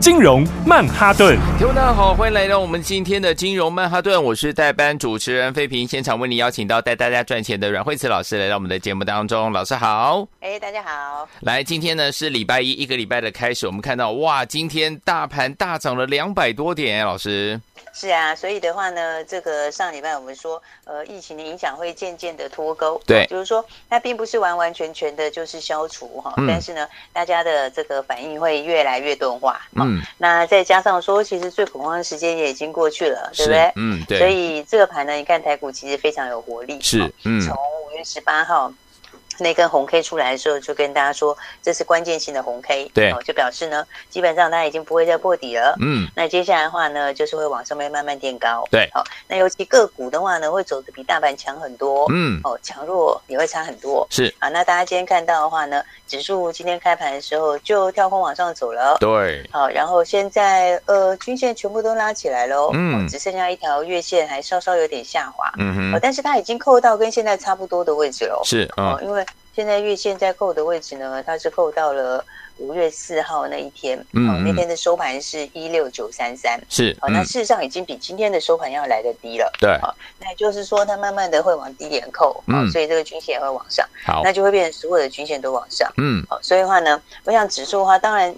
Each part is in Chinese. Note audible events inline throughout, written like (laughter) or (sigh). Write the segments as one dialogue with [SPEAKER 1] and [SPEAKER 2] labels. [SPEAKER 1] 金融曼哈顿。
[SPEAKER 2] 听众大家好，欢迎来到我们今天的金融曼哈顿，我是代班主持人费平，现场为你邀请到带大家赚钱的阮慧慈老师来到我们的节目当中，老师好。
[SPEAKER 3] 哎，大家好。
[SPEAKER 2] 来，今天呢是礼拜一，一个礼拜的开始，我们看到哇，今天大盘大涨了两百多点，老师，
[SPEAKER 3] 是啊，所以的话呢，这个上礼拜我们说，呃，疫情的影响会渐渐的脱钩，啊
[SPEAKER 2] 对
[SPEAKER 3] 就是说它并不是完完全全的就是消除哈、
[SPEAKER 2] 嗯
[SPEAKER 3] 但是呢，大家的这个反应会越来越钝化。哈
[SPEAKER 2] 嗯，
[SPEAKER 3] 那再加上说，其实最恐慌的时间也已经过去了，对
[SPEAKER 2] 是
[SPEAKER 3] 不对？
[SPEAKER 2] 嗯，
[SPEAKER 3] 所
[SPEAKER 2] 对，
[SPEAKER 3] 以这个盘呢，你看台股其实非常有活力，
[SPEAKER 2] 是
[SPEAKER 3] 哦，
[SPEAKER 2] 嗯，
[SPEAKER 3] 从五月十八号。那根红 K 出来的时候，就跟大家说这是关键性的红 K，哦
[SPEAKER 2] 对
[SPEAKER 3] 就表示呢，基本上它已经不会再破底了。
[SPEAKER 2] 嗯，
[SPEAKER 3] 那接下来的话呢，就是会往上面慢慢垫高。
[SPEAKER 2] 对
[SPEAKER 3] 好、那尤其个股的话呢，会走的比大盘强很多，
[SPEAKER 2] 嗯，
[SPEAKER 3] 哦，强弱也会差很多。
[SPEAKER 2] 是
[SPEAKER 3] 啊，那大家今天看到的话呢，指数今天开盘的时候就跳空往上走了。
[SPEAKER 2] 对，
[SPEAKER 3] 好，然后现在呃均线全部都拉起来喽，
[SPEAKER 2] 嗯
[SPEAKER 3] 哦只剩下一条月线还稍稍有点下滑，
[SPEAKER 2] 嗯
[SPEAKER 3] 哦
[SPEAKER 2] 哼，，
[SPEAKER 3] 但是它已经扣到跟现在差不多的位置喽，
[SPEAKER 2] 是，嗯
[SPEAKER 3] 哦，，因为现在月线在扣的位置呢，它是扣到了五月四号那一天，
[SPEAKER 2] 嗯
[SPEAKER 3] 哦，那
[SPEAKER 2] 嗯
[SPEAKER 3] 天的收盘是一六九三三，
[SPEAKER 2] 是，
[SPEAKER 3] 哦，那
[SPEAKER 2] 嗯，
[SPEAKER 3] 事实上已经比今天的收盘要来的低了。
[SPEAKER 2] 对，
[SPEAKER 3] 好那也就是说，它慢慢的会往低点扣，哦
[SPEAKER 2] 嗯
[SPEAKER 3] 所以这个均线也会往上，
[SPEAKER 2] 好
[SPEAKER 3] 那，就会变成所有的均线都往上。
[SPEAKER 2] 嗯，
[SPEAKER 3] 好、所以的话呢，我想指数的话，当然。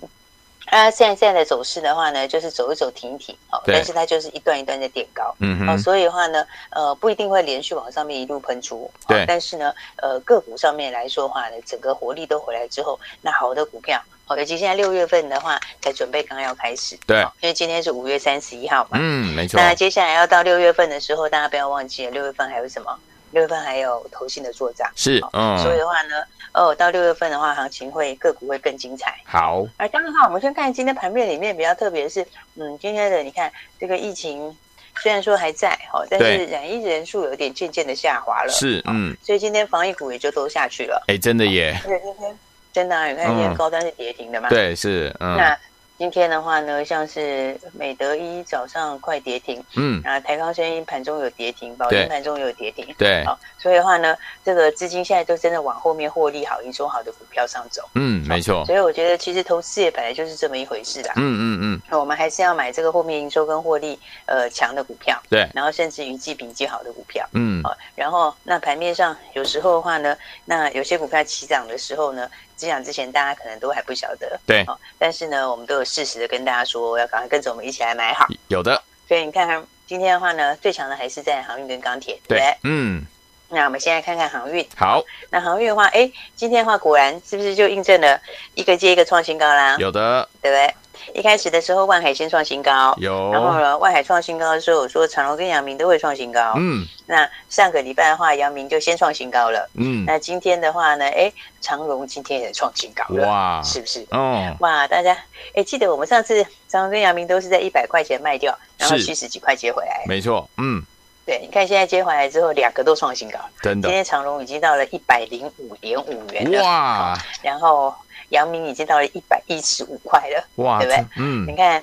[SPEAKER 3] 它现在现在的走势的话呢，就是走一走停一停，好、
[SPEAKER 2] 对
[SPEAKER 3] 但是它就是一段一段的垫高，
[SPEAKER 2] 嗯
[SPEAKER 3] 哦，
[SPEAKER 2] 哼，
[SPEAKER 3] 所以的话呢，呃，不一定会连续往上面一路喷出，哦
[SPEAKER 2] 对
[SPEAKER 3] 但是呢，呃，个股上面来说的话呢，整个活力都回来之后，那好的股票，哦，尤其现在六月份的话，才准备刚要开始，
[SPEAKER 2] 对
[SPEAKER 3] 哦因为今天是五月三十一号嘛，
[SPEAKER 2] 嗯，没错，
[SPEAKER 3] 那接下来要到六月份的时候，大家不要忘记了，六月份还有什么？六月份还有投信的做账，
[SPEAKER 2] 是，
[SPEAKER 3] 所以
[SPEAKER 2] 嗯，
[SPEAKER 3] 的话呢，哦，到六月份的话，行情会个股会更精彩。
[SPEAKER 2] 好，
[SPEAKER 3] 而当然的话，我们先看今天盘面里面比较特别的是，嗯，今天的你看这个疫情虽然说还在哦，但
[SPEAKER 2] 对
[SPEAKER 3] 是染疫人数有点渐渐的下滑了，
[SPEAKER 2] 是，嗯，
[SPEAKER 3] 所以今天防疫股也就都下去了。
[SPEAKER 2] 哎，真的耶，
[SPEAKER 3] 而且今天真的、啊，你看今天
[SPEAKER 2] 嗯
[SPEAKER 3] 高端是跌停的嘛？。
[SPEAKER 2] 对，是，嗯，
[SPEAKER 3] 那今天的话呢，像是美德一早上快跌停，
[SPEAKER 2] 嗯，
[SPEAKER 3] 啊，台康生意盘中有跌停，宝
[SPEAKER 2] 对
[SPEAKER 3] 金盘中有跌停。
[SPEAKER 2] 对，
[SPEAKER 3] 好、所以的话呢，这个资金现在都真的往后面获利好、营收好的股票上走。
[SPEAKER 2] 嗯，没错，
[SPEAKER 3] 所以我觉得，其实投资也本来就是这么一回事啦。
[SPEAKER 2] 嗯嗯嗯，
[SPEAKER 3] 那我们还是要买这个后面营收跟获利呃强的股票，
[SPEAKER 2] 对，
[SPEAKER 3] 然后甚至于绩比绩好的股票。
[SPEAKER 2] 嗯，
[SPEAKER 3] 哦，然后那盘面上有时候的话呢，那有些股票起涨的时候呢，起涨之前大家可能都还不晓得，
[SPEAKER 2] 对
[SPEAKER 3] 哦，但是呢，我们都有适时的跟大家说，要赶快跟着我们一起来买好。
[SPEAKER 2] 有的，
[SPEAKER 3] 所以你看看今天的话呢，最强的还是在航运跟钢铁，对不
[SPEAKER 2] 对
[SPEAKER 3] 对？，
[SPEAKER 2] 嗯，
[SPEAKER 3] 那我们现在看看航运，
[SPEAKER 2] 好，
[SPEAKER 3] 那航运的话，哎，今天的话果然是不是就印证了一个接一个创新高啦，对
[SPEAKER 2] 有的，
[SPEAKER 3] 不对？一开始的时候，万海先创新高，
[SPEAKER 2] 有，
[SPEAKER 3] 然后呢，外海创新高的时候，我说长隆跟阳明都会创新高。
[SPEAKER 2] 哦嗯
[SPEAKER 3] 那上个礼拜的话，阳明就先创新高了。
[SPEAKER 2] 嗯，
[SPEAKER 3] 那今天的话呢，哎，长隆今天也创新高了，
[SPEAKER 2] 哇，
[SPEAKER 3] 是不是？
[SPEAKER 2] 哦，
[SPEAKER 3] 哇，大家哎，记得我们上次长隆跟阳明都是在一百块钱卖掉，然后
[SPEAKER 2] 是
[SPEAKER 3] 七十几块接回来。
[SPEAKER 2] 没错，嗯，
[SPEAKER 3] 对，你看现在接回来之后，两个都创新高。
[SPEAKER 2] 真
[SPEAKER 3] 今
[SPEAKER 2] 的，
[SPEAKER 3] 天长隆已经到了一百零五点五元了，
[SPEAKER 2] 哇
[SPEAKER 3] 然后阳明已经到了一百一十五块了。
[SPEAKER 2] 哇，
[SPEAKER 3] 对不对
[SPEAKER 2] 这嗯
[SPEAKER 3] 你，看，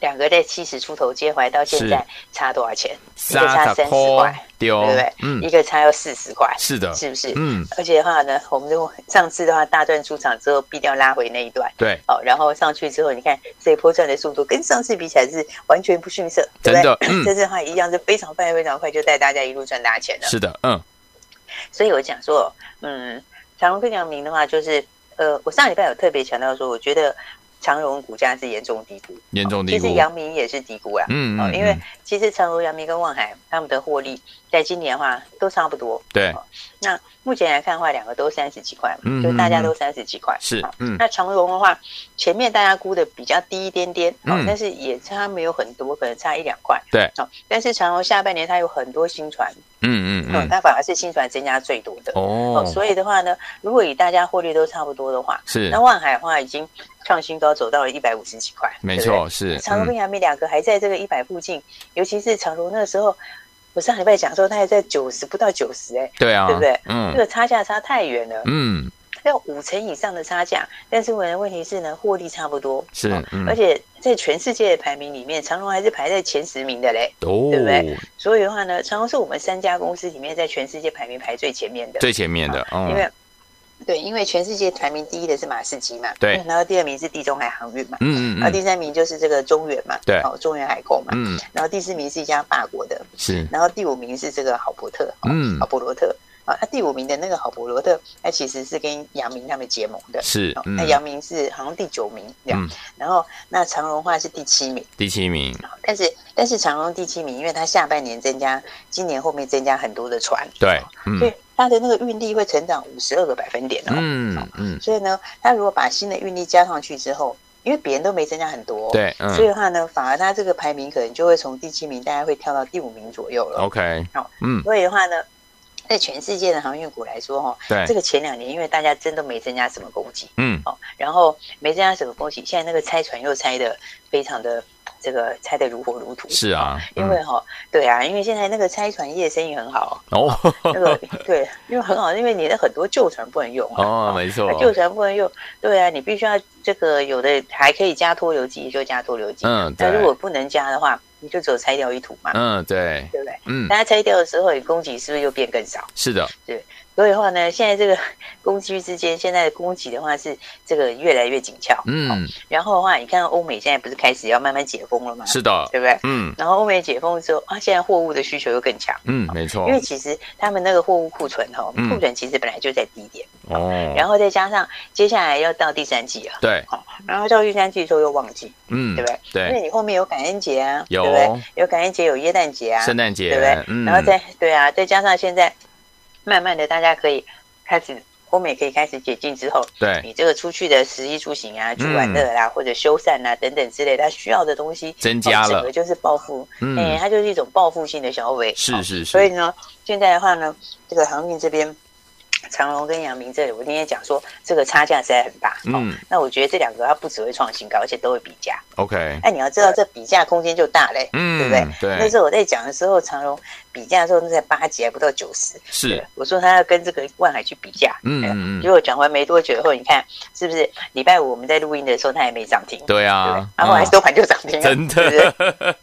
[SPEAKER 3] 两个在七十出头接回来，到现在差多少钱？一个差
[SPEAKER 2] 三
[SPEAKER 3] 三十块，，
[SPEAKER 2] 丢，
[SPEAKER 3] 对不对
[SPEAKER 2] 嗯，
[SPEAKER 3] 一个差要四十块，
[SPEAKER 2] 是的，
[SPEAKER 3] 是不是？
[SPEAKER 2] 嗯，
[SPEAKER 3] 而且的话呢，我们就上次的话大赚出场之后，必定要拉回那一段。
[SPEAKER 2] 对，
[SPEAKER 3] 哦，然后上去之后，你看这一波赚的速度跟上次比起来是完全不逊色，对
[SPEAKER 2] 真
[SPEAKER 3] 不
[SPEAKER 2] 的
[SPEAKER 3] (laughs) 对？
[SPEAKER 2] 嗯
[SPEAKER 3] 这次的话一样是非常快、非常快就带大家一路赚大钱了。
[SPEAKER 2] 是的，嗯，
[SPEAKER 3] 所以我讲说，嗯，长荣跟阳明的话，就是呃，我上礼拜有特别强调说，我觉得长荣股价是严重低估，
[SPEAKER 2] 严重低
[SPEAKER 3] 其实
[SPEAKER 2] 估，
[SPEAKER 3] 阳明也是低估啦。
[SPEAKER 2] 嗯
[SPEAKER 3] 哦，
[SPEAKER 2] 嗯，
[SPEAKER 3] 因为
[SPEAKER 2] 嗯
[SPEAKER 3] 其实长荣、阳明跟望海他们的获利，在今年的话都差不多。
[SPEAKER 2] 对，
[SPEAKER 3] 那目前来看的话，两个都三十几块嘛，
[SPEAKER 2] 嗯
[SPEAKER 3] 就大家
[SPEAKER 2] 嗯
[SPEAKER 3] 都三十几块。
[SPEAKER 2] 是
[SPEAKER 3] 好，
[SPEAKER 2] 嗯，
[SPEAKER 3] 那长荣的话，前面大家估的比较低一点点，哦
[SPEAKER 2] 嗯
[SPEAKER 3] 但是也差没有很多，可能差一两块。
[SPEAKER 2] 对，
[SPEAKER 3] 哦，但是长荣下半年它有很多新船，
[SPEAKER 2] 嗯嗯
[SPEAKER 3] 嗯，
[SPEAKER 2] 嗯，
[SPEAKER 3] 它反而是新船增加最多的。
[SPEAKER 2] 哦，
[SPEAKER 3] 所以的话呢，如果以大家获利都差不多的话，
[SPEAKER 2] 是
[SPEAKER 3] 那，万海的话已经创新高，走到了一百五十几块，
[SPEAKER 2] 没
[SPEAKER 3] 对不对
[SPEAKER 2] 错，是，
[SPEAKER 3] 长荣
[SPEAKER 2] 嗯
[SPEAKER 3] 跟阳明两个还在这个一百附近，尤其是长荣那个时候，我上礼拜讲说它还在九十不到九十，哎，
[SPEAKER 2] 对啊，
[SPEAKER 3] 对不对这
[SPEAKER 2] 嗯
[SPEAKER 3] 个差价差太远了，
[SPEAKER 2] 嗯，
[SPEAKER 3] 要五成以上的差价。但是我的问题是呢，获利差不多，
[SPEAKER 2] 是
[SPEAKER 3] 哦
[SPEAKER 2] 嗯
[SPEAKER 3] 而且在全世界的排名里面，长荣还是排在前十名的嘞。
[SPEAKER 2] 哦，
[SPEAKER 3] 对不对所以的话呢，长荣是我们三家公司里面在全世界排名排最前面的，
[SPEAKER 2] 最前面的，
[SPEAKER 3] 哦
[SPEAKER 2] 嗯
[SPEAKER 3] 因为。对，因为全世界排名第一的是马士基嘛，
[SPEAKER 2] 对
[SPEAKER 3] 然后第二名是地中海航运嘛，
[SPEAKER 2] 嗯嗯
[SPEAKER 3] 然后
[SPEAKER 2] 嗯
[SPEAKER 3] 第三名就是这个中原嘛，
[SPEAKER 2] 对
[SPEAKER 3] 哦，中原海购嘛，
[SPEAKER 2] 嗯，
[SPEAKER 3] 然后第四名是一家法国的，
[SPEAKER 2] 是，
[SPEAKER 3] 然后第五名是这个好伯特，哦
[SPEAKER 2] 嗯
[SPEAKER 3] 好伯罗特啊，那第五名的那个好伯罗特，他其实是跟杨明他们结盟的，
[SPEAKER 2] 是
[SPEAKER 3] 哦，
[SPEAKER 2] 嗯
[SPEAKER 3] 那，杨明是好像第九名这样，
[SPEAKER 2] 嗯
[SPEAKER 3] 然后那长荣话是第七名，
[SPEAKER 2] 第七名，
[SPEAKER 3] 但是但是长荣第七名，因为它下半年增加，今年后面增加很多的船，
[SPEAKER 2] 对，
[SPEAKER 3] 所
[SPEAKER 2] 嗯
[SPEAKER 3] 以它的那个运力会成长五十二个百分哦点哦。
[SPEAKER 2] 嗯嗯，
[SPEAKER 3] 所以呢，它如果把新的运力加上去之后，因为别人都没增加很多、，哦
[SPEAKER 2] 对，
[SPEAKER 3] 所以
[SPEAKER 2] 嗯
[SPEAKER 3] 的话呢，反而它这个排名可能就会从第七名大概会跳到第五名左右了。
[SPEAKER 2] ，OK，
[SPEAKER 3] 好
[SPEAKER 2] 嗯，
[SPEAKER 3] 所以的话呢，在全世界的航运股来说，哈，
[SPEAKER 2] 对
[SPEAKER 3] 这，个前两年因为大家真的没增加什么供给，
[SPEAKER 2] 嗯，
[SPEAKER 3] 哦，然后没增加什么供给，现在那个拆船又拆的非常的这个拆的如火如荼。
[SPEAKER 2] 是啊，
[SPEAKER 3] 哦因为哈、对啊，因为现在那个拆船业生意很好，
[SPEAKER 2] 嗯哦 (laughs)
[SPEAKER 3] 那个对，因为很好，因为你的很多旧船不能用啊，
[SPEAKER 2] 哦，没错
[SPEAKER 3] 那，旧船不能用，对啊，你必须要这个有的还可以加拖油剂就加拖油剂，
[SPEAKER 2] 嗯，
[SPEAKER 3] 那
[SPEAKER 2] 对，
[SPEAKER 3] 如果不能加的话，你就只有拆掉一土嘛，
[SPEAKER 2] 嗯，对，
[SPEAKER 3] 对不对？
[SPEAKER 2] 嗯，
[SPEAKER 3] 大家拆掉的时候，你供给是不是又变更少？
[SPEAKER 2] 是的，
[SPEAKER 3] 所以的话呢，现在这个供需之间，现在的供给的话是这个越来越紧俏，哦
[SPEAKER 2] 嗯，
[SPEAKER 3] 然后的话，你看到欧美现在不是开始要慢慢解封了嘛，
[SPEAKER 2] 是的，
[SPEAKER 3] 对不对？
[SPEAKER 2] 嗯
[SPEAKER 3] 然后欧美解封之后啊，现在货物的需求又更强。
[SPEAKER 2] 嗯，没错
[SPEAKER 3] 因，为其实他们那个货物库存哈、
[SPEAKER 2] 嗯
[SPEAKER 3] 库存其实本来就在低点，
[SPEAKER 2] 哦，
[SPEAKER 3] 然后再加上接下来要到第三季了，
[SPEAKER 2] 对，
[SPEAKER 3] 好、然后到第三季的时候又旺季，
[SPEAKER 2] 嗯，
[SPEAKER 3] 对不对？因为
[SPEAKER 2] 对，
[SPEAKER 3] 你后面有感恩节啊，
[SPEAKER 2] 有
[SPEAKER 3] 对不对？有感恩节，有耶诞节啊，
[SPEAKER 2] 圣诞节，
[SPEAKER 3] 对不对？
[SPEAKER 2] 嗯，
[SPEAKER 3] 然后再对啊，再加上现在慢慢的大家可以开始。欧美可以开始解禁之后，
[SPEAKER 2] 对，嗯
[SPEAKER 3] 你这个出去的食衣住行啊、去玩乐啦、或者修缮啊等等之类，它需要的东西
[SPEAKER 2] 增加
[SPEAKER 3] 哦整
[SPEAKER 2] 了
[SPEAKER 3] 个，就是报复，哎、
[SPEAKER 2] 嗯，
[SPEAKER 3] 它就是一种报复性的消费。哦
[SPEAKER 2] 是是
[SPEAKER 3] 所以
[SPEAKER 2] 是，
[SPEAKER 3] 呢，现在的话呢，这个航运这边，长荣跟阳明这里，我今天讲说这个差价实在很大。哦，
[SPEAKER 2] 嗯
[SPEAKER 3] 那我觉得这两个它不只会创新高，而且都会比价。
[SPEAKER 2] ，OK，
[SPEAKER 3] 哎，你要知道这比价空间就大嘞。
[SPEAKER 2] 嗯，
[SPEAKER 3] 对不对？那时候我在讲的时候，长荣比价的时候那才八级，还不到九十。
[SPEAKER 2] 是，
[SPEAKER 3] 我说他要跟这个万海去比价。
[SPEAKER 2] 嗯
[SPEAKER 3] 哎
[SPEAKER 2] 嗯
[SPEAKER 3] 结
[SPEAKER 2] 嗯，
[SPEAKER 3] 果讲完没多久以后，你看是不是礼拜五我们在录音的时候，它也没涨停，对
[SPEAKER 2] 对
[SPEAKER 3] 不对
[SPEAKER 2] 啊，
[SPEAKER 3] 然后后来
[SPEAKER 2] 嗯
[SPEAKER 3] 收盘就涨停了，
[SPEAKER 2] 真
[SPEAKER 3] 对
[SPEAKER 2] (laughs)
[SPEAKER 3] 不对
[SPEAKER 2] 的，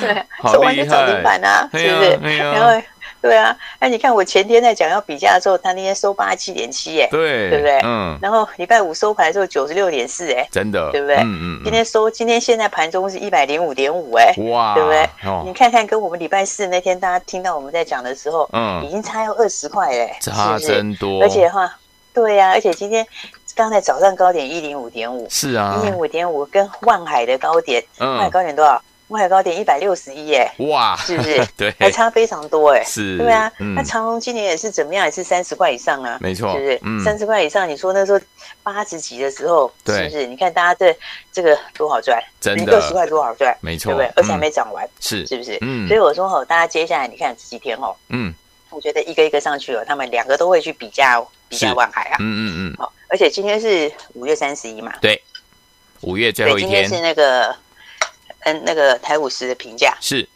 [SPEAKER 3] 对，
[SPEAKER 2] 好
[SPEAKER 3] 收完就
[SPEAKER 2] 厉
[SPEAKER 3] 涨停
[SPEAKER 2] 害
[SPEAKER 3] 板啊，
[SPEAKER 2] 哎
[SPEAKER 3] 是
[SPEAKER 2] 呀
[SPEAKER 3] 不是？
[SPEAKER 2] 哎呀
[SPEAKER 3] 然后对啊，哎，你看我前天在讲要比价的时候，他那天收八七点七耶，
[SPEAKER 2] 对，
[SPEAKER 3] 对不对
[SPEAKER 2] 嗯，
[SPEAKER 3] 然后礼拜五收盘的时候九十六点四哎，
[SPEAKER 2] 真的，
[SPEAKER 3] 对不对
[SPEAKER 2] 嗯嗯，
[SPEAKER 3] 今天收今天现在盘中是一百零五点五哎，
[SPEAKER 2] 嗯哇，
[SPEAKER 3] 对不对你
[SPEAKER 2] 哦，
[SPEAKER 3] 看看跟我们礼拜四那天大家听到我们在讲的时候，已
[SPEAKER 2] 嗯，
[SPEAKER 3] 经差要二十块哎，是
[SPEAKER 2] 差
[SPEAKER 3] 不是？
[SPEAKER 2] 真多，
[SPEAKER 3] 而且哈，对呀、而且今天刚才早上高点一零五点五，
[SPEAKER 2] 是
[SPEAKER 3] 一
[SPEAKER 2] 啊，
[SPEAKER 3] 零五点五跟万海的高点，万海
[SPEAKER 2] 嗯，
[SPEAKER 3] 高点多少？万海高点一百六十一哎，
[SPEAKER 2] 哇，
[SPEAKER 3] Oh 是不是？
[SPEAKER 2] (laughs) 对，
[SPEAKER 3] 还差非常多哎、
[SPEAKER 2] 是，
[SPEAKER 3] 对啊，
[SPEAKER 2] 嗯
[SPEAKER 3] 那，长隆今年也是怎么样，也是三十块以上啊，
[SPEAKER 2] 没错
[SPEAKER 3] 是不
[SPEAKER 2] 嗯
[SPEAKER 3] 是？三十块以上，你说那时候八十几的时候，
[SPEAKER 2] 对
[SPEAKER 3] 是不是？你看大家这这个多好赚，
[SPEAKER 2] 真
[SPEAKER 3] 你
[SPEAKER 2] 的
[SPEAKER 3] 六十块多好赚，
[SPEAKER 2] 没
[SPEAKER 3] 对
[SPEAKER 2] 错
[SPEAKER 3] 不对？，而且还
[SPEAKER 2] 嗯
[SPEAKER 3] 没涨完，
[SPEAKER 2] 是，
[SPEAKER 3] 是不是？
[SPEAKER 2] 嗯
[SPEAKER 3] 所以我说吼，大家接下来你看这几天哦，
[SPEAKER 2] 嗯
[SPEAKER 3] 我觉得一个一个上去哦，他们两个都会去比价哦，比价
[SPEAKER 2] 是
[SPEAKER 3] 万海啊
[SPEAKER 2] 嗯，嗯嗯，
[SPEAKER 3] 好，而且今天是五月三十一嘛，
[SPEAKER 2] 对，五月最
[SPEAKER 3] 对
[SPEAKER 2] 后，一
[SPEAKER 3] 今天
[SPEAKER 2] 天
[SPEAKER 3] 是那个嗯那个台五十的评价
[SPEAKER 2] 是，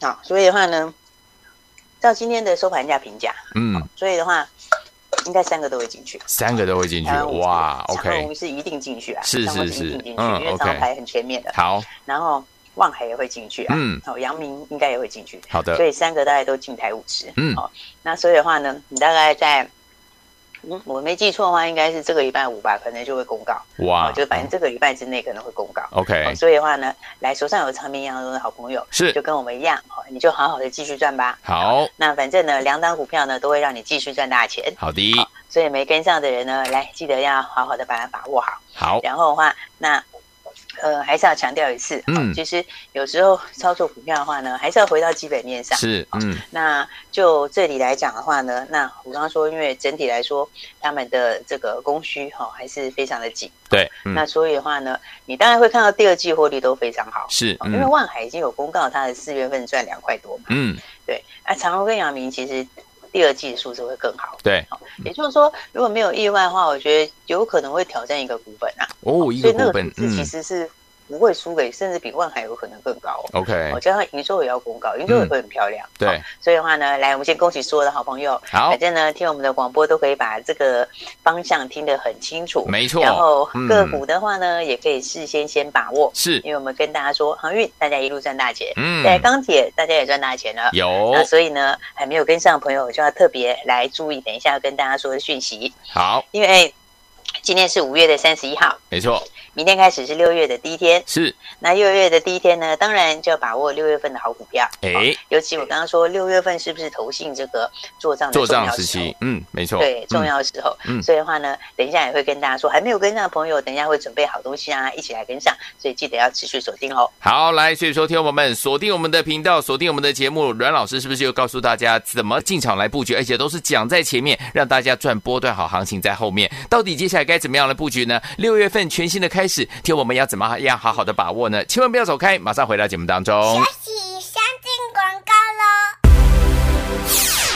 [SPEAKER 3] 啊，所以的话呢，照今天的收盘价评价，
[SPEAKER 2] 嗯，
[SPEAKER 3] 所以的话，应该三个都会进去。
[SPEAKER 2] 三个都会进去
[SPEAKER 3] 长，荣
[SPEAKER 2] 哇
[SPEAKER 3] 是长
[SPEAKER 2] ，OK，
[SPEAKER 3] 荣是一定进去啊，
[SPEAKER 2] 是
[SPEAKER 3] 长荣
[SPEAKER 2] 是
[SPEAKER 3] 一
[SPEAKER 2] 是
[SPEAKER 3] 定进去，
[SPEAKER 2] 嗯
[SPEAKER 3] 因为
[SPEAKER 2] OK
[SPEAKER 3] 长荣排很前面的，
[SPEAKER 2] 好，
[SPEAKER 3] 然后望海也会进去啊，
[SPEAKER 2] 嗯，
[SPEAKER 3] 哦，阳明应该也会进去，
[SPEAKER 2] 好
[SPEAKER 3] 所
[SPEAKER 2] 的，
[SPEAKER 3] 以三个大概都进台五十，
[SPEAKER 2] 嗯
[SPEAKER 3] 哦，那所以的话呢，你大概在。嗯，我没记错的话，应该是这个礼拜五吧，可能就会公告。
[SPEAKER 2] 哇
[SPEAKER 3] 哦，就反正这个礼拜之内可能会公告。
[SPEAKER 2] 啊嗯，OK，
[SPEAKER 3] 哦所以的话呢，来手上有长明洋的好朋友，
[SPEAKER 2] 是
[SPEAKER 3] 就跟我们一样，哦你就好好的继续赚吧。
[SPEAKER 2] 好
[SPEAKER 3] 那反正呢，两档股票呢都会让你继续赚大钱。
[SPEAKER 2] 好的，
[SPEAKER 3] 所以没跟上的人呢，来记得要好好的把它把握好。
[SPEAKER 2] 好，
[SPEAKER 3] 然后的话，那呃还是要强调一次，
[SPEAKER 2] 嗯
[SPEAKER 3] 哦其实有时候操作股票的话呢，还是要回到基本面上。
[SPEAKER 2] 是，嗯，
[SPEAKER 3] 那就这里来讲的话呢，那我刚刚说，因为整体来说，他们的这个供需哈、哦、还是非常的紧。
[SPEAKER 2] 对，嗯，
[SPEAKER 3] 那所以的话呢，你当然会看到第二季获利都非常好，
[SPEAKER 2] 是，
[SPEAKER 3] 哦因为
[SPEAKER 2] 嗯
[SPEAKER 3] 万海已经有公告，它的四月份赚两块多嘛。
[SPEAKER 2] 嗯，
[SPEAKER 3] 对，啊，长荣跟阳明其实第二季的数字会更好。
[SPEAKER 2] 对，
[SPEAKER 3] 也就是说，如果没有意外的话，我觉得有可能会挑战一个股本啊，
[SPEAKER 2] 哦，一个
[SPEAKER 3] 所以那
[SPEAKER 2] 股
[SPEAKER 3] 个
[SPEAKER 2] 本
[SPEAKER 3] 数，字
[SPEAKER 2] 嗯
[SPEAKER 3] 其，实是不会输给，甚至比万海有可能更高哦。
[SPEAKER 2] OK，
[SPEAKER 3] 哦，加上营收也要公告，营收也会很漂亮。
[SPEAKER 2] 嗯对，
[SPEAKER 3] 所以的话呢，来，我们先恭喜所有的好朋友。
[SPEAKER 2] 好
[SPEAKER 3] 反，正呢，听我们的广播都可以把这个方向听得很清楚。
[SPEAKER 2] 没错。
[SPEAKER 3] 然后个
[SPEAKER 2] 嗯
[SPEAKER 3] 股的话呢，也可以事先先把握，
[SPEAKER 2] 是，
[SPEAKER 3] 因为我们跟大家说，航运大家一路赚大钱，
[SPEAKER 2] 嗯，
[SPEAKER 3] 对，钢铁大家也赚大钱了。
[SPEAKER 2] 有
[SPEAKER 3] 那所以呢，还没有跟上的朋友就要特别来注意，等一下要跟大家说的讯息，
[SPEAKER 2] 好，
[SPEAKER 3] 因为哎今天是五月的三十一号，
[SPEAKER 2] 没错，
[SPEAKER 3] 明天开始是六月的第一天。
[SPEAKER 2] 是，
[SPEAKER 3] 那六月的第一天呢，当然就要把握六月份的好股票。
[SPEAKER 2] 哎，
[SPEAKER 3] 尤其我刚刚说六月份是不是投信这个做账的
[SPEAKER 2] 做
[SPEAKER 3] 重
[SPEAKER 2] 账
[SPEAKER 3] 要
[SPEAKER 2] 时
[SPEAKER 3] 时
[SPEAKER 2] 期
[SPEAKER 3] 期？，
[SPEAKER 2] 嗯，没错，
[SPEAKER 3] 对，重
[SPEAKER 2] 嗯
[SPEAKER 3] 要时候。
[SPEAKER 2] 嗯
[SPEAKER 3] 所以的话呢，等一下也会跟大家说，还没有跟上的朋友，等一下会准备好东西让大家一起来跟上，所以记得要持续锁定哦。
[SPEAKER 2] 好，来，所以说，听众朋友们锁定我们的频道，锁定我们的节目，阮老师是不是就告诉大家怎么进场来布局，而且都是讲在前面，让大家赚波段好行情在后面。到底接下来该怎么样来布局呢？六月份全新的开始，听众朋友们要怎么样好好的把握呢？千万不要走开，马上回到节目当中。
[SPEAKER 4] 喜相进广告喽。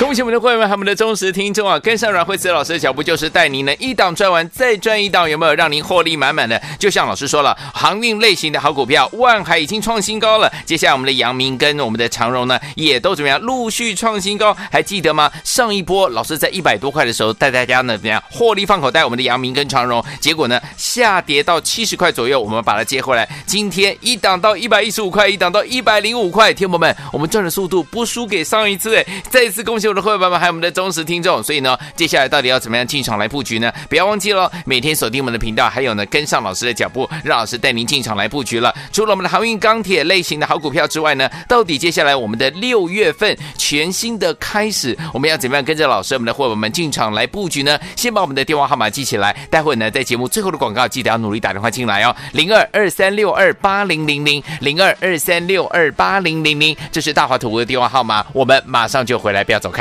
[SPEAKER 2] 恭喜我们的会员们，还有我们的忠实听众啊！跟上阮慧慈老师的脚步，就是带您呢一档赚完再赚一档，有没有让您获利满满的？就像老师说了，航运类型的好股票，万海已经创新高了，接下来我们的阳明跟我们的长荣呢，也都怎么样陆续创新高，还记得吗？上一波老师在一百多块的时候带大家呢怎么样获利放口袋，我们的阳明跟长荣，结果呢下跌到七十块左右，我们把它接回来，今天一档到一百一十五块，一档到一百零五块，天友们，我们赚的速度不输给上一次哎！再一次恭喜我们的会员们，还有我们的忠实听众。所以呢，接下来到底要怎么样进场来布局呢？不要忘记了，每天锁定我们的频道，还有呢，跟上老师的脚步，让老师带您进场来布局了。除了我们的航运、钢铁类型的好股票之外呢，到底接下来我们的六月份全新的开始，我们要怎么样跟着老师，我们的会员们进场来布局呢？先把我们的电话号码记起来，待会呢在节目最后的广告记得要努力打电话进来哦，零二二三六二八零零零零二二三六二八零零零，这是大华土的电话号码，我们马上就回来，不要走开。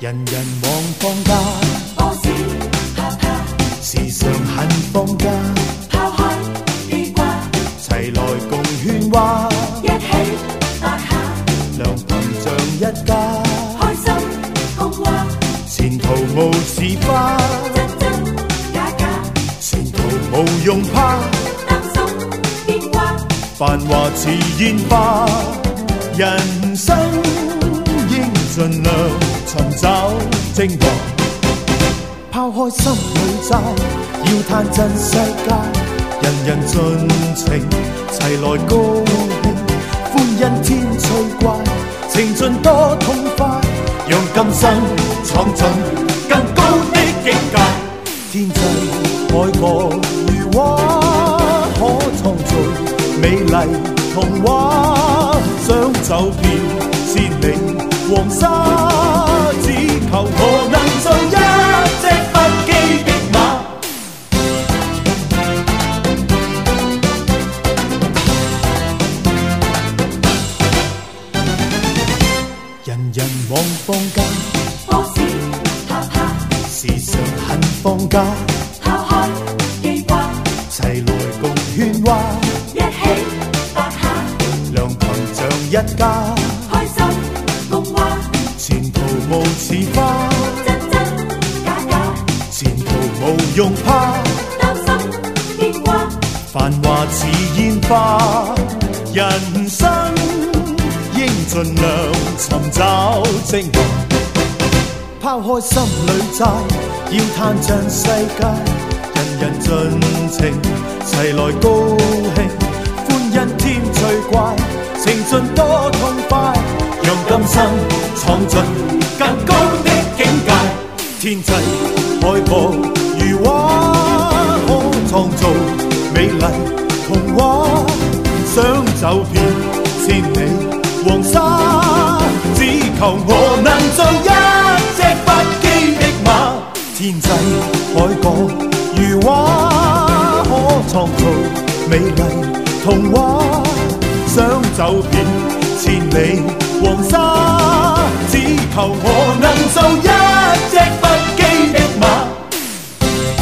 [SPEAKER 5] 人人望放假，時常恨放假，齊來共喧譁，良朋像一家，前途無是花，前途無用怕，繁華似煙花，人生應盡量尋找精華。抛开心里债，要叹真世界，人人尽情，齐来高兴，欢欣天趣怪，情尽多痛快，让今生闯进更高的境界。天际海角如画，可创造美丽童话，想走遍千里黄沙，只求我能做一只不羁的马。人人望放假，时常恨放假，齐来共喧哗，良朋像一家，前途无似花，前途无用怕，繁华似烟花，人生应尽量寻找精华。抛开心里债，要探尽世界，人人尽情，齐来高兴，欢欣添最怪，情尽多痛快，让今生闯进更高的境界。天际海角如画，可创造美丽童话，想走遍千里黄沙，只求我能做一只不羁的马。天际海角如画，可創造美麗童話。想走遍千里黃沙，只求我能做一隻不羁的馬。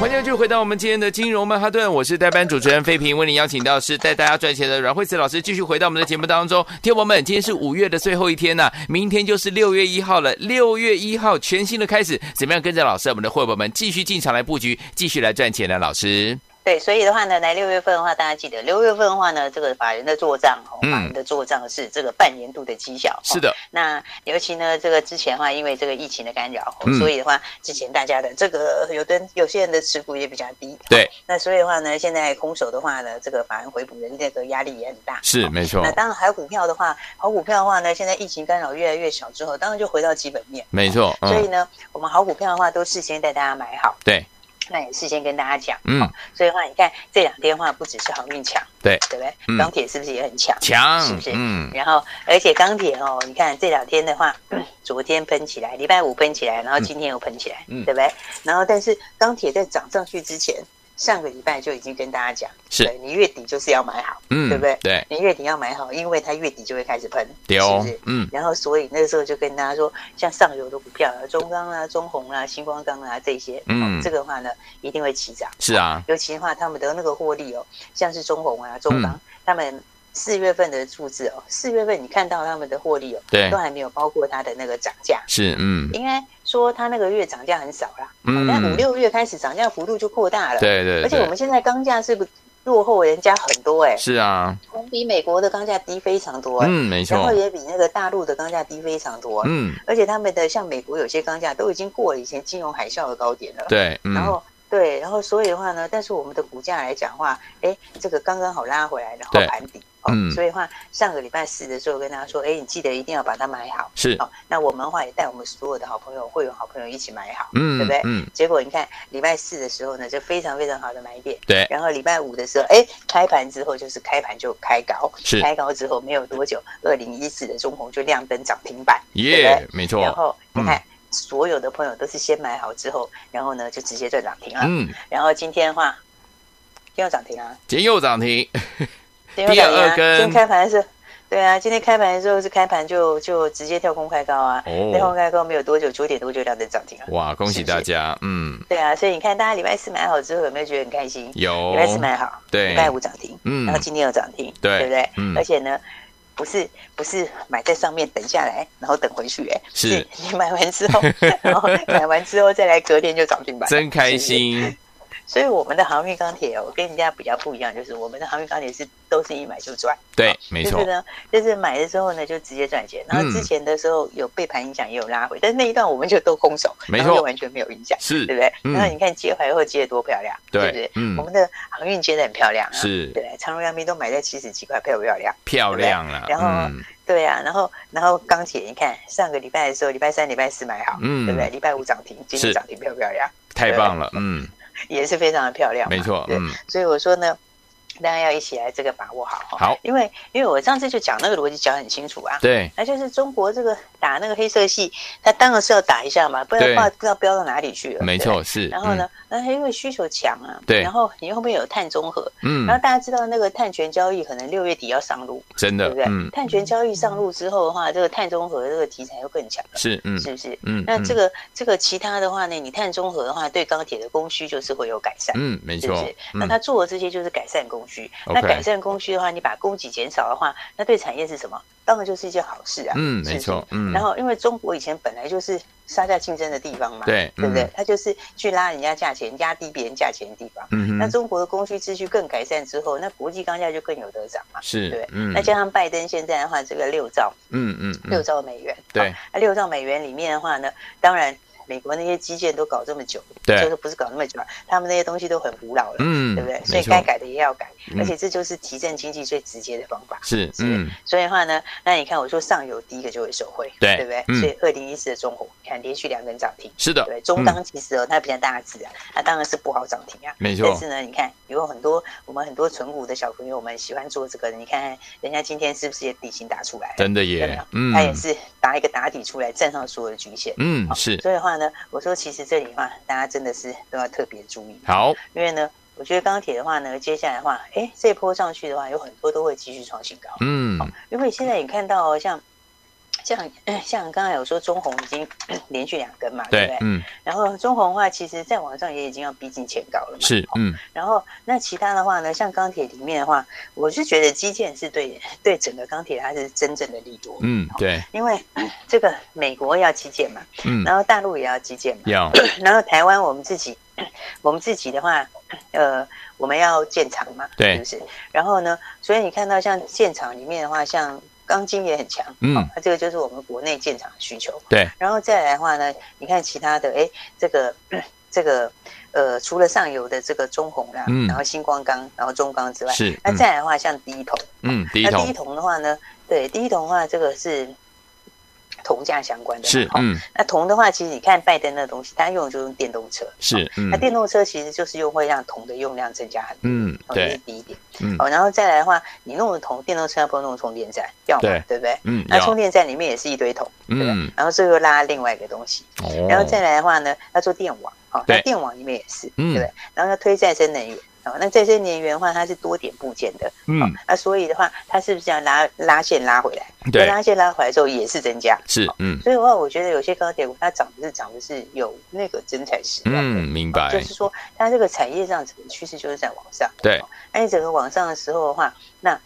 [SPEAKER 2] 欢迎就回到我们今天的金融曼哈顿，我是代班主持人费平，为您邀请到是带大家赚钱的阮慧慈老师，继续回到我们的节目当中。听友们，今天是五月的最后一天呐、明天就是六月一号了。六月一号，全新的开始，怎么样跟着老师，我们的会友们继续进场来布局，继续来赚钱呢？老师，
[SPEAKER 3] 对，所以的话呢，来六月份的话，大家记得六月份的话呢，这个法人的做账，哦
[SPEAKER 2] 嗯
[SPEAKER 3] 法人的做账是这个半年度的绩效。哦
[SPEAKER 2] 是的，
[SPEAKER 3] 那尤其呢，这个之前的话，因为这个疫情的干扰，哦
[SPEAKER 2] 嗯
[SPEAKER 3] 所以的话，之前大家的这个有的有些人的持股也比较低。
[SPEAKER 2] 对，
[SPEAKER 3] 那所以的话呢，现在空手的话呢，这个法人回补的那个压力也很大。哦
[SPEAKER 2] 是没错
[SPEAKER 3] 那，当然，好股票的话，好股票的话呢，现在疫情干扰越来越小之后，当然就回到基本面。
[SPEAKER 2] 没错，
[SPEAKER 3] 所以
[SPEAKER 2] 嗯，
[SPEAKER 3] 呢，我们好股票的话，都事先带大家买好，
[SPEAKER 2] 对，
[SPEAKER 3] 那也事先跟大家讲。
[SPEAKER 2] 嗯，
[SPEAKER 3] 所以的话，你看这两天的话，不只是航运强，
[SPEAKER 2] 对，
[SPEAKER 3] 对不
[SPEAKER 2] 嗯
[SPEAKER 3] 对？钢铁是不是也很强？
[SPEAKER 2] 强
[SPEAKER 3] 是不是，
[SPEAKER 2] 嗯，
[SPEAKER 3] 然后，而且钢铁哦，你看这两天的话，昨天喷起来，礼拜五喷起来，然后今天又喷起来，
[SPEAKER 2] 嗯
[SPEAKER 3] 对不对？然后，但是钢铁在涨上去之前，上个礼拜就已经跟大家讲，
[SPEAKER 2] 是
[SPEAKER 3] 对你月底就是要买好，
[SPEAKER 2] 嗯，
[SPEAKER 3] 对不对？
[SPEAKER 2] 对，
[SPEAKER 3] 你月底要买好，因为它月底就会开始喷，是
[SPEAKER 2] 丢
[SPEAKER 3] 不是，？
[SPEAKER 2] 嗯，
[SPEAKER 3] 然后，所以那时候就跟大家说，像上游的股票啊，中钢啦、中红啦、星光钢啦这些，
[SPEAKER 2] 嗯
[SPEAKER 3] 哦这个的话呢，一定会起涨。
[SPEAKER 2] 是啊，
[SPEAKER 3] 尤其的话，他们的那个获利哦，像是中红啊、中
[SPEAKER 2] 嗯
[SPEAKER 3] 钢，他们四月份的数字哦，四月份你看到他们的获利哦，
[SPEAKER 2] 对
[SPEAKER 3] 都，还没有包括它的那个涨价。
[SPEAKER 2] 是，嗯，
[SPEAKER 3] 应该说它那个月涨价很少啦，
[SPEAKER 2] 嗯
[SPEAKER 3] 但五六月开始涨价幅度就扩大了。，
[SPEAKER 2] 对对
[SPEAKER 3] 而且我
[SPEAKER 2] 对，
[SPEAKER 3] 们现在钢价是不是落后人家很多哎、
[SPEAKER 2] 是啊，
[SPEAKER 3] 我们比美国的钢价低非常多哎、
[SPEAKER 2] 嗯，没
[SPEAKER 3] 然
[SPEAKER 2] 错
[SPEAKER 3] 后，也比那个大陆的钢价低非常多、哎
[SPEAKER 2] 嗯，
[SPEAKER 3] 而且他们的像美国有些钢价都已经过了以前金融海啸的高点了。
[SPEAKER 2] 对，嗯
[SPEAKER 3] 然，后对，然后所以的话呢，但是我们的股价来讲话，哎，这个刚刚好拉回来，然后
[SPEAKER 2] 对
[SPEAKER 3] 盘底。哦
[SPEAKER 2] 嗯
[SPEAKER 3] 所以的话，上个礼拜四的时候跟大家说，哎，你记得一定要把它买好。
[SPEAKER 2] 是，
[SPEAKER 3] 哦，那我们的话也带我们所有的好朋友、会员、好朋友一起买好，
[SPEAKER 2] 嗯，
[SPEAKER 3] 对不对？
[SPEAKER 2] 嗯，
[SPEAKER 3] 结果你看礼拜四的时候呢，就非常非常好的买点，
[SPEAKER 2] 对，
[SPEAKER 3] 然后礼拜五的时候，哎，开盘之后就是开盘就开高，
[SPEAKER 2] 是
[SPEAKER 3] 开高之后没有多久，二零一四的中红就亮灯涨停板，对不对
[SPEAKER 2] 耶，嗯没
[SPEAKER 3] 然
[SPEAKER 2] 错，
[SPEAKER 3] 后你看，所有的朋友都是先买好之后，然后呢就直接赚涨停了。
[SPEAKER 2] 嗯，
[SPEAKER 3] 然后今天的话，今天有涨停啊，
[SPEAKER 2] 今天又涨停，
[SPEAKER 3] 今天有涨停
[SPEAKER 2] 第二
[SPEAKER 3] 啊。
[SPEAKER 2] 根
[SPEAKER 3] 今天开盘的时候，对啊，今天开盘的时候是开盘就就直接跳空开高啊，
[SPEAKER 2] 哦
[SPEAKER 3] 跳空开高没有多久，九点多就亮灯涨停了。
[SPEAKER 2] 哇，恭喜大家，嗯，
[SPEAKER 3] 对啊，所以你看大家礼拜四买好之后有没有觉得很开心？
[SPEAKER 2] 有
[SPEAKER 3] 礼拜四买好，
[SPEAKER 2] 对
[SPEAKER 3] 礼拜五涨停，
[SPEAKER 2] 嗯
[SPEAKER 3] 然后今天有涨停，
[SPEAKER 2] 对
[SPEAKER 3] 对不对？
[SPEAKER 2] 嗯
[SPEAKER 3] 而且呢，不是不是买在上面等下来，然后等回去、哎，
[SPEAKER 2] 是
[SPEAKER 3] 你买完之后，
[SPEAKER 2] (laughs)
[SPEAKER 3] 然后买完之后再来隔天就涨停
[SPEAKER 2] (laughs)
[SPEAKER 3] 板，
[SPEAKER 2] 真开
[SPEAKER 3] 是
[SPEAKER 2] 心，
[SPEAKER 3] 不是。所以我们的航运钢铁哦，跟人家比较不一样，就是我们的航运钢铁是都是一买就赚，
[SPEAKER 2] 对，没
[SPEAKER 3] 就
[SPEAKER 2] 错嗯
[SPEAKER 3] 是，呢，就是买的时候呢就直接赚钱，然后之前的时候有被盘影响也有拉回，但是那一段我们就都空手，
[SPEAKER 2] 没
[SPEAKER 3] 然后
[SPEAKER 2] 错
[SPEAKER 3] 就完全没有影响。
[SPEAKER 2] 是
[SPEAKER 3] 对不对？
[SPEAKER 2] 嗯
[SPEAKER 3] 然后你看接回来后接的多漂亮，
[SPEAKER 2] 对
[SPEAKER 3] 不对？
[SPEAKER 2] 嗯
[SPEAKER 3] 我们的航运接的很漂亮啊，
[SPEAKER 2] 是
[SPEAKER 3] 对不对？长荣、阳明都买在七十几块，漂不漂亮？
[SPEAKER 2] 漂亮了，
[SPEAKER 3] 然后
[SPEAKER 2] 嗯，
[SPEAKER 3] 对啊，然后然后钢铁，你看上个礼拜的时候，礼拜三、礼拜四买好，
[SPEAKER 2] 嗯
[SPEAKER 3] 对不对？礼拜五涨停，今
[SPEAKER 2] 是
[SPEAKER 3] 天涨停漂不漂亮？
[SPEAKER 2] 太棒了，嗯，
[SPEAKER 3] 也是非常的漂亮嘛，
[SPEAKER 2] 没错，
[SPEAKER 3] 对
[SPEAKER 2] 嗯，
[SPEAKER 3] 所以我说呢，大家要一起来这个把握好。哦
[SPEAKER 2] 好，
[SPEAKER 3] 因为因为我上次就讲那个逻辑讲得很清楚啊。
[SPEAKER 2] 对，
[SPEAKER 3] 那就是中国这个打那个黑色系，他当然是要打一下嘛，不然
[SPEAKER 2] 对
[SPEAKER 3] 的话不知道飙到哪里去了。
[SPEAKER 2] 没
[SPEAKER 3] 对
[SPEAKER 2] 错，是。嗯
[SPEAKER 3] 然后呢，那因为需求强啊，
[SPEAKER 2] 对
[SPEAKER 3] 然后你后面有碳中和，
[SPEAKER 2] 嗯？嗯，
[SPEAKER 3] 然后大家知道那个碳权交易可能六月底要上路，
[SPEAKER 2] 真
[SPEAKER 3] 对
[SPEAKER 2] 的
[SPEAKER 3] 不，对
[SPEAKER 2] 嗯？，
[SPEAKER 3] 碳权交易上路之后的话，这个碳中和这个题材又更强了，
[SPEAKER 2] 是，嗯，
[SPEAKER 3] 是不是？
[SPEAKER 2] 嗯，
[SPEAKER 3] 那
[SPEAKER 2] 嗯
[SPEAKER 3] 这个这个其他的话呢，你碳中和的话，对钢铁的供需就是会有改善。
[SPEAKER 2] 嗯，没
[SPEAKER 3] 是不
[SPEAKER 2] 错
[SPEAKER 3] 是，？那
[SPEAKER 2] 嗯，
[SPEAKER 3] 他做的这些就是改善供需。
[SPEAKER 2] OK
[SPEAKER 3] 那改善供需的话，你把供给减少的话，那对产业是什么？当然就是一件好事啊。
[SPEAKER 2] 嗯，
[SPEAKER 3] 是
[SPEAKER 2] 没
[SPEAKER 3] 不是
[SPEAKER 2] 错，嗯，
[SPEAKER 3] 然后，因为中国以前本来就是杀价竞争的地方嘛，
[SPEAKER 2] 对
[SPEAKER 3] 对不
[SPEAKER 2] 嗯
[SPEAKER 3] 对？他就是去拉人家价钱，压低别人价钱的地方。
[SPEAKER 2] 嗯
[SPEAKER 3] 那
[SPEAKER 2] 哼，
[SPEAKER 3] 中国的供需秩序更改善之后，那国际钢价就更有得涨嘛。
[SPEAKER 2] 是
[SPEAKER 3] 对，
[SPEAKER 2] 嗯，
[SPEAKER 3] 那加上拜登现在的话，这个六兆
[SPEAKER 2] 嗯嗯嗯
[SPEAKER 3] 六兆美元，
[SPEAKER 2] 对
[SPEAKER 3] 好那六兆美元里面的话呢，当然美国那些基建都搞这么久，
[SPEAKER 2] 对
[SPEAKER 3] 就是不是搞那么久啊，他们那些东西都很古老了，
[SPEAKER 2] 嗯，
[SPEAKER 3] 对不对？所
[SPEAKER 2] 没
[SPEAKER 3] 以该
[SPEAKER 2] 错，
[SPEAKER 3] 改的也要改，
[SPEAKER 2] 嗯
[SPEAKER 3] 而且这就是提振经济最直接的方法。
[SPEAKER 2] 是，
[SPEAKER 3] 是
[SPEAKER 2] 嗯，
[SPEAKER 3] 所以的话呢，那你看我说上游第一个就会受惠，
[SPEAKER 2] 对
[SPEAKER 3] 对不对？
[SPEAKER 2] 嗯
[SPEAKER 3] 所以二零一四的中红，你看连续两根涨停，
[SPEAKER 2] 是的
[SPEAKER 3] 对不对，中
[SPEAKER 2] 嗯
[SPEAKER 3] 钢其实哦，它比较大只啊，它当然是不好涨停啊。
[SPEAKER 2] 没
[SPEAKER 3] 但
[SPEAKER 2] 错
[SPEAKER 3] 是，呢，你看有很多我们很多纯股的小朋友们喜欢做这个的，你看人家今天是不是也底薪打出来了？
[SPEAKER 2] 真的
[SPEAKER 3] 有没
[SPEAKER 2] 耶
[SPEAKER 3] 有，
[SPEAKER 2] 嗯
[SPEAKER 3] 它，也是打一个打底出来，站上所有的均线。
[SPEAKER 2] 嗯，是，
[SPEAKER 3] 所以的话呢，我说其实这里的话，大家真的是都要特别注意，
[SPEAKER 2] 好，
[SPEAKER 3] 因为呢，我觉得钢铁的话呢，接下来的话，哎，这波上去的话，有很多都会继续创新高，
[SPEAKER 2] 嗯，
[SPEAKER 3] 因为现在你看到哦像。像像刚才有说中红已经 (coughs) 连续两根嘛，
[SPEAKER 2] 对
[SPEAKER 3] 对不，对？
[SPEAKER 2] 嗯，
[SPEAKER 3] 然后中红的话，其实在网上也已经要逼近前高了嘛。
[SPEAKER 2] 是，嗯，
[SPEAKER 3] 然后那其他的话呢，像钢铁里面的话，我是觉得基建是对对整个钢铁它是真正的利多。
[SPEAKER 2] 嗯，对，
[SPEAKER 3] 因为 (clears throat) 这个美国要基建嘛，
[SPEAKER 2] 嗯，
[SPEAKER 3] 然后大陆也要基建嘛，
[SPEAKER 2] 要，
[SPEAKER 3] 然后台湾我们自己，我们自己的话，呃，我们要建厂嘛，
[SPEAKER 2] 对
[SPEAKER 3] 是不是？然后呢，所以你看到像建厂里面的话，像钢筋也很强，
[SPEAKER 2] 嗯
[SPEAKER 3] 哦那这个就是我们国内建厂的需求。
[SPEAKER 2] 对，
[SPEAKER 3] 然后再来的话呢，你看其他的，哎，这个这个呃，除了上游的这个中红啦，
[SPEAKER 2] 嗯
[SPEAKER 3] 然后星光钢，然后中钢之外，
[SPEAKER 2] 是，
[SPEAKER 3] 那
[SPEAKER 2] 嗯
[SPEAKER 3] 再来的话，像低铜，
[SPEAKER 2] 嗯，第一
[SPEAKER 3] 那
[SPEAKER 2] 桶
[SPEAKER 3] 第一桶的话呢，对，第一桶的话，这个是铜价相关的嘛，
[SPEAKER 2] 是，
[SPEAKER 3] 哦
[SPEAKER 2] 嗯，
[SPEAKER 3] 那铜的话，其实你看拜登那东西，他用的就用电动车，哦
[SPEAKER 2] 是，嗯
[SPEAKER 3] 那，电动车其实就是又会让铜的用量增加很多。
[SPEAKER 2] 嗯，
[SPEAKER 3] 哦这是
[SPEAKER 2] 对，
[SPEAKER 3] 第一点。
[SPEAKER 2] 嗯
[SPEAKER 3] 哦，然后再来的话，你弄的铜电动车要不要弄充电站？要嘛
[SPEAKER 2] 对
[SPEAKER 3] 对不对？
[SPEAKER 2] 嗯，
[SPEAKER 3] 那充
[SPEAKER 2] 要，
[SPEAKER 3] 电站里面也是一堆铜，对不对
[SPEAKER 2] 嗯，
[SPEAKER 3] 然后这又拉另外一个东西，
[SPEAKER 2] 哦，
[SPEAKER 3] 然后再来的话呢，要做电网，哦，那
[SPEAKER 2] 对
[SPEAKER 3] 电网里面也是，
[SPEAKER 2] 嗯
[SPEAKER 3] 对不对？然后要推再生能源，哦，那再生能源的话，它是多点部件的，
[SPEAKER 2] 嗯，
[SPEAKER 3] 那所以的话，它是不是要拉拉线拉回来？
[SPEAKER 2] 对
[SPEAKER 3] 拉线拉回来之后也是增加，哦
[SPEAKER 2] 是，嗯，
[SPEAKER 3] 所以的话，我觉得有些高铁股它涨的是涨的是有那个真材实料，
[SPEAKER 2] 嗯，明白
[SPEAKER 3] 就，是说它这个产业上整个趋势就是在往上。哦
[SPEAKER 2] 对，
[SPEAKER 3] 那你整个往上的时候的话，那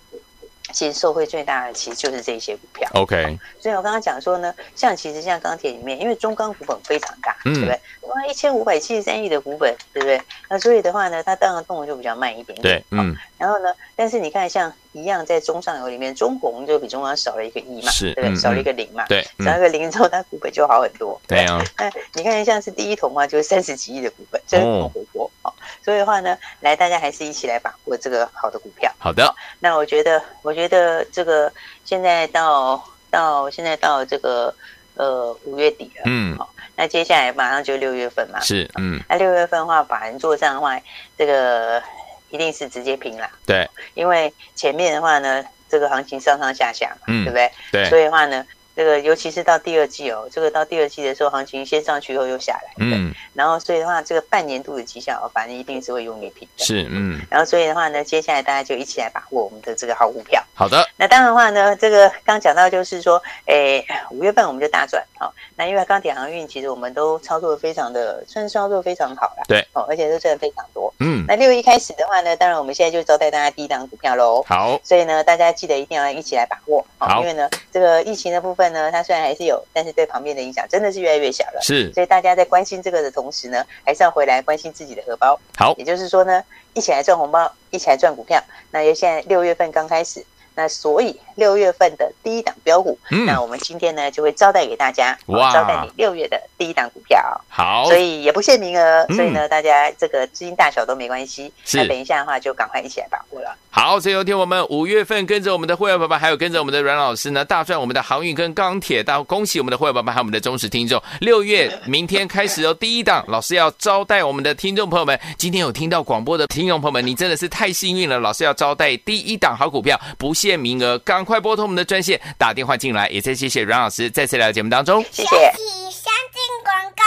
[SPEAKER 3] 其实受惠最大的其实就是这些股票。
[SPEAKER 2] ，OK，
[SPEAKER 3] 所以我刚刚讲说呢，像其实像钢铁里面，因为中钢股本非常大，
[SPEAKER 2] 嗯
[SPEAKER 3] 对不对？哇，一千五百七十三亿的股本，对不对？那所以的话呢，它当然动的就比较慢一点点。哦
[SPEAKER 2] 对，嗯，
[SPEAKER 3] 然后呢，但是你看像一样在中上游里面，中红就比中钢少了一个亿嘛，
[SPEAKER 2] 是
[SPEAKER 3] 对不对？
[SPEAKER 2] 嗯
[SPEAKER 3] 少了一个零嘛。
[SPEAKER 2] 对，
[SPEAKER 3] 少了
[SPEAKER 2] 嗯，
[SPEAKER 3] 一个零之后，它股本就好很多。
[SPEAKER 2] (laughs) 对啊呀，
[SPEAKER 3] 那你看像是第一桶啊，就是三十几亿的股本，真的
[SPEAKER 2] 嗯
[SPEAKER 3] 很活泼哦。所以的话呢，来大家还是一起来把握这个好的股票。
[SPEAKER 2] 好的，
[SPEAKER 3] 那我觉得，我觉得这个现在到到现在到这个呃五月底了，
[SPEAKER 2] 嗯，
[SPEAKER 3] 那接下来马上就六月份嘛。
[SPEAKER 2] 是，嗯，
[SPEAKER 3] 那六月份的话，法人做账的话，这个一定是直接平啦，
[SPEAKER 2] 对，
[SPEAKER 3] 因为前面的话呢，这个行情上上下下嘛，
[SPEAKER 2] 嗯
[SPEAKER 3] 对不对？
[SPEAKER 2] 对，
[SPEAKER 3] 所以的话呢，这个尤其是到第二季哦，这个到第二季的时候，行情先上去以后又下来，
[SPEAKER 2] 嗯，
[SPEAKER 3] 然后所以的话，这个半年度的绩效、哦，反正一定是会用力拼的。
[SPEAKER 2] 是，嗯，
[SPEAKER 3] 然后所以的话呢，接下来大家就一起来把握我们的这个好股票。
[SPEAKER 2] 好的，
[SPEAKER 3] 那当然的话呢，这个刚讲到就是说，诶，五月份我们就大赚哦。那因为钢铁航运其实我们都操作得非常的，算是操作得非常好了，
[SPEAKER 2] 对
[SPEAKER 3] 哦，而且都赚得非常多。
[SPEAKER 2] 嗯，
[SPEAKER 3] 那六一开始的话呢，当然我们现在就招待大家第一档股票喽。
[SPEAKER 2] 好，
[SPEAKER 3] 所以呢，大家记得一定要一起来把握
[SPEAKER 2] 好
[SPEAKER 3] 哦，因为呢，这个疫情的部分呢，它虽然还是有，但是对旁边的影响真的是越来越小了。
[SPEAKER 2] 是，
[SPEAKER 3] 所以大家在关心这个的同时呢，还是要回来关心自己的荷包。
[SPEAKER 2] 好，
[SPEAKER 3] 也就是说呢，一起来赚红包，一起来赚股票。那因为现在六月份刚开始，那所以六月份的第一档标股，
[SPEAKER 2] 嗯，
[SPEAKER 3] 那我们今天呢就会招待给大家，哦
[SPEAKER 2] 哇
[SPEAKER 3] 招待你六月的第一档股票。
[SPEAKER 2] 好
[SPEAKER 3] 所，以也不限名额，
[SPEAKER 2] 嗯
[SPEAKER 3] 所以呢，大家这个资金大小都没关系。
[SPEAKER 2] 是
[SPEAKER 3] 那等一下的话，就赶快一起来把握了。
[SPEAKER 2] 好，所以有天我们五月份跟着我们的会员爸爸，还有跟着我们的阮老师呢，大赚我们的航运跟钢铁。大恭喜我们的会员爸爸还有我们的忠实听众。六月明天开始哦，第一档老师要招待我们的听众朋友们。今天有听到广播的听众朋友们，你真的是太幸运了，老师要招待第一档好股票，不限名额，赶快拨通我们的专线打电话进来。也再谢谢阮老师再次来到节目当中。
[SPEAKER 3] 谢
[SPEAKER 4] 学
[SPEAKER 3] 谢。
[SPEAKER 4] 习先进广告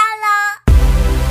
[SPEAKER 4] 喽。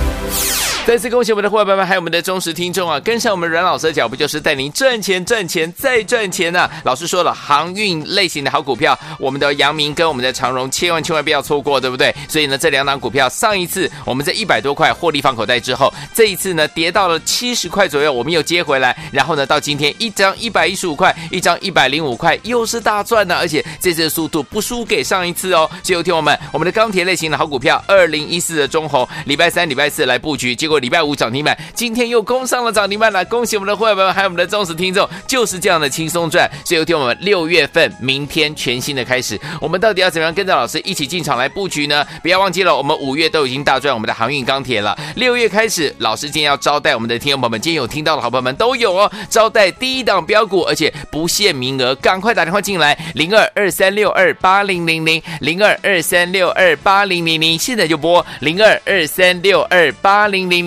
[SPEAKER 2] 再次恭喜我们的伙伴们，还有我们的忠实听众啊！跟上我们阮老师的脚步，就是带您赚钱、赚钱再赚钱呐、老师说了，航运类型的好股票，我们的阳明跟我们的长荣，千万千万不要错过，对不对？所以呢，这两档股票，上一次我们在一百多块获利放口袋之后，这一次呢跌到了七十块左右，我们又接回来，然后呢到今天一张一百一十五块，一张一百零五块，又是大赚呢、而且这次的速度不输给上一次哦。所以，听我们，我们的钢铁类型的好股票，二零一四的中红，礼拜三、礼拜四来布局，结果礼拜五涨停板，今天又攻上了涨停板了，恭喜我们的会员朋友们，还有我们的忠实听众，就是这样的轻松赚。所以，听我们六月份明天全新的开始，我们到底要怎么样跟着老师一起进场来布局呢？不要忘记了，我们五月都已经大赚我们的航运钢铁了，六月开始，老师今天要招待我们的听众朋友们，今天有听到的好朋友们都有哦，招待第一档标股，而且不限名额，赶快打电话进来，零二二三六二八零零零零二二三六二八零零零，现在就拨零二二三六二八零零零。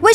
[SPEAKER 6] 为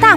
[SPEAKER 6] 大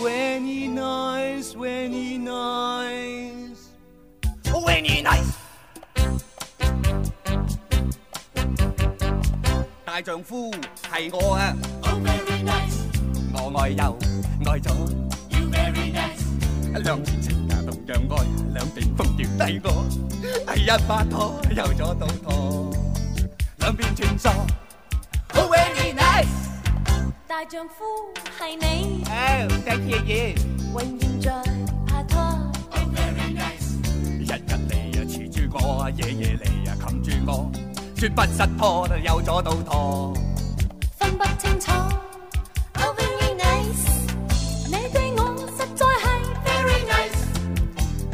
[SPEAKER 5] When he nice, when he nice, when he nice。
[SPEAKER 7] 大丈夫係我啊我愛右愛左，兩邊情啊同樣愛，兩邊風調低我，係一把拖右左倒拖，兩邊穿梭。Oh, very nice.
[SPEAKER 8] 大丈夫係你，
[SPEAKER 7] Oh, thank you, you.
[SPEAKER 8] 永遠在拍拖。
[SPEAKER 7] 日日嚟啊持住我，夜夜嚟啊冚住我，絕不失拖右左倒拖。
[SPEAKER 8] 分不清楚。Oh, very nice 你對我實在係 very nice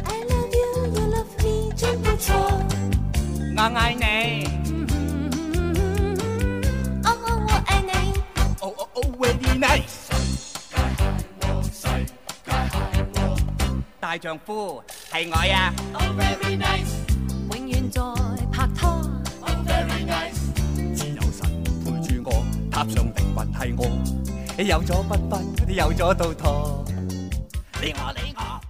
[SPEAKER 8] I love you, you love me，真不錯。
[SPEAKER 7] 我愛你。
[SPEAKER 8] 嗯嗯嗯嗯嗯哦哦，我愛你。
[SPEAKER 7] Oh, oh, oh, very nice. 大丈夫係我啊！
[SPEAKER 8] 永遠在拍拖。
[SPEAKER 7] 自由神陪住我，踏上靈魂係我，有咗不分，有咗倒退，你我你我。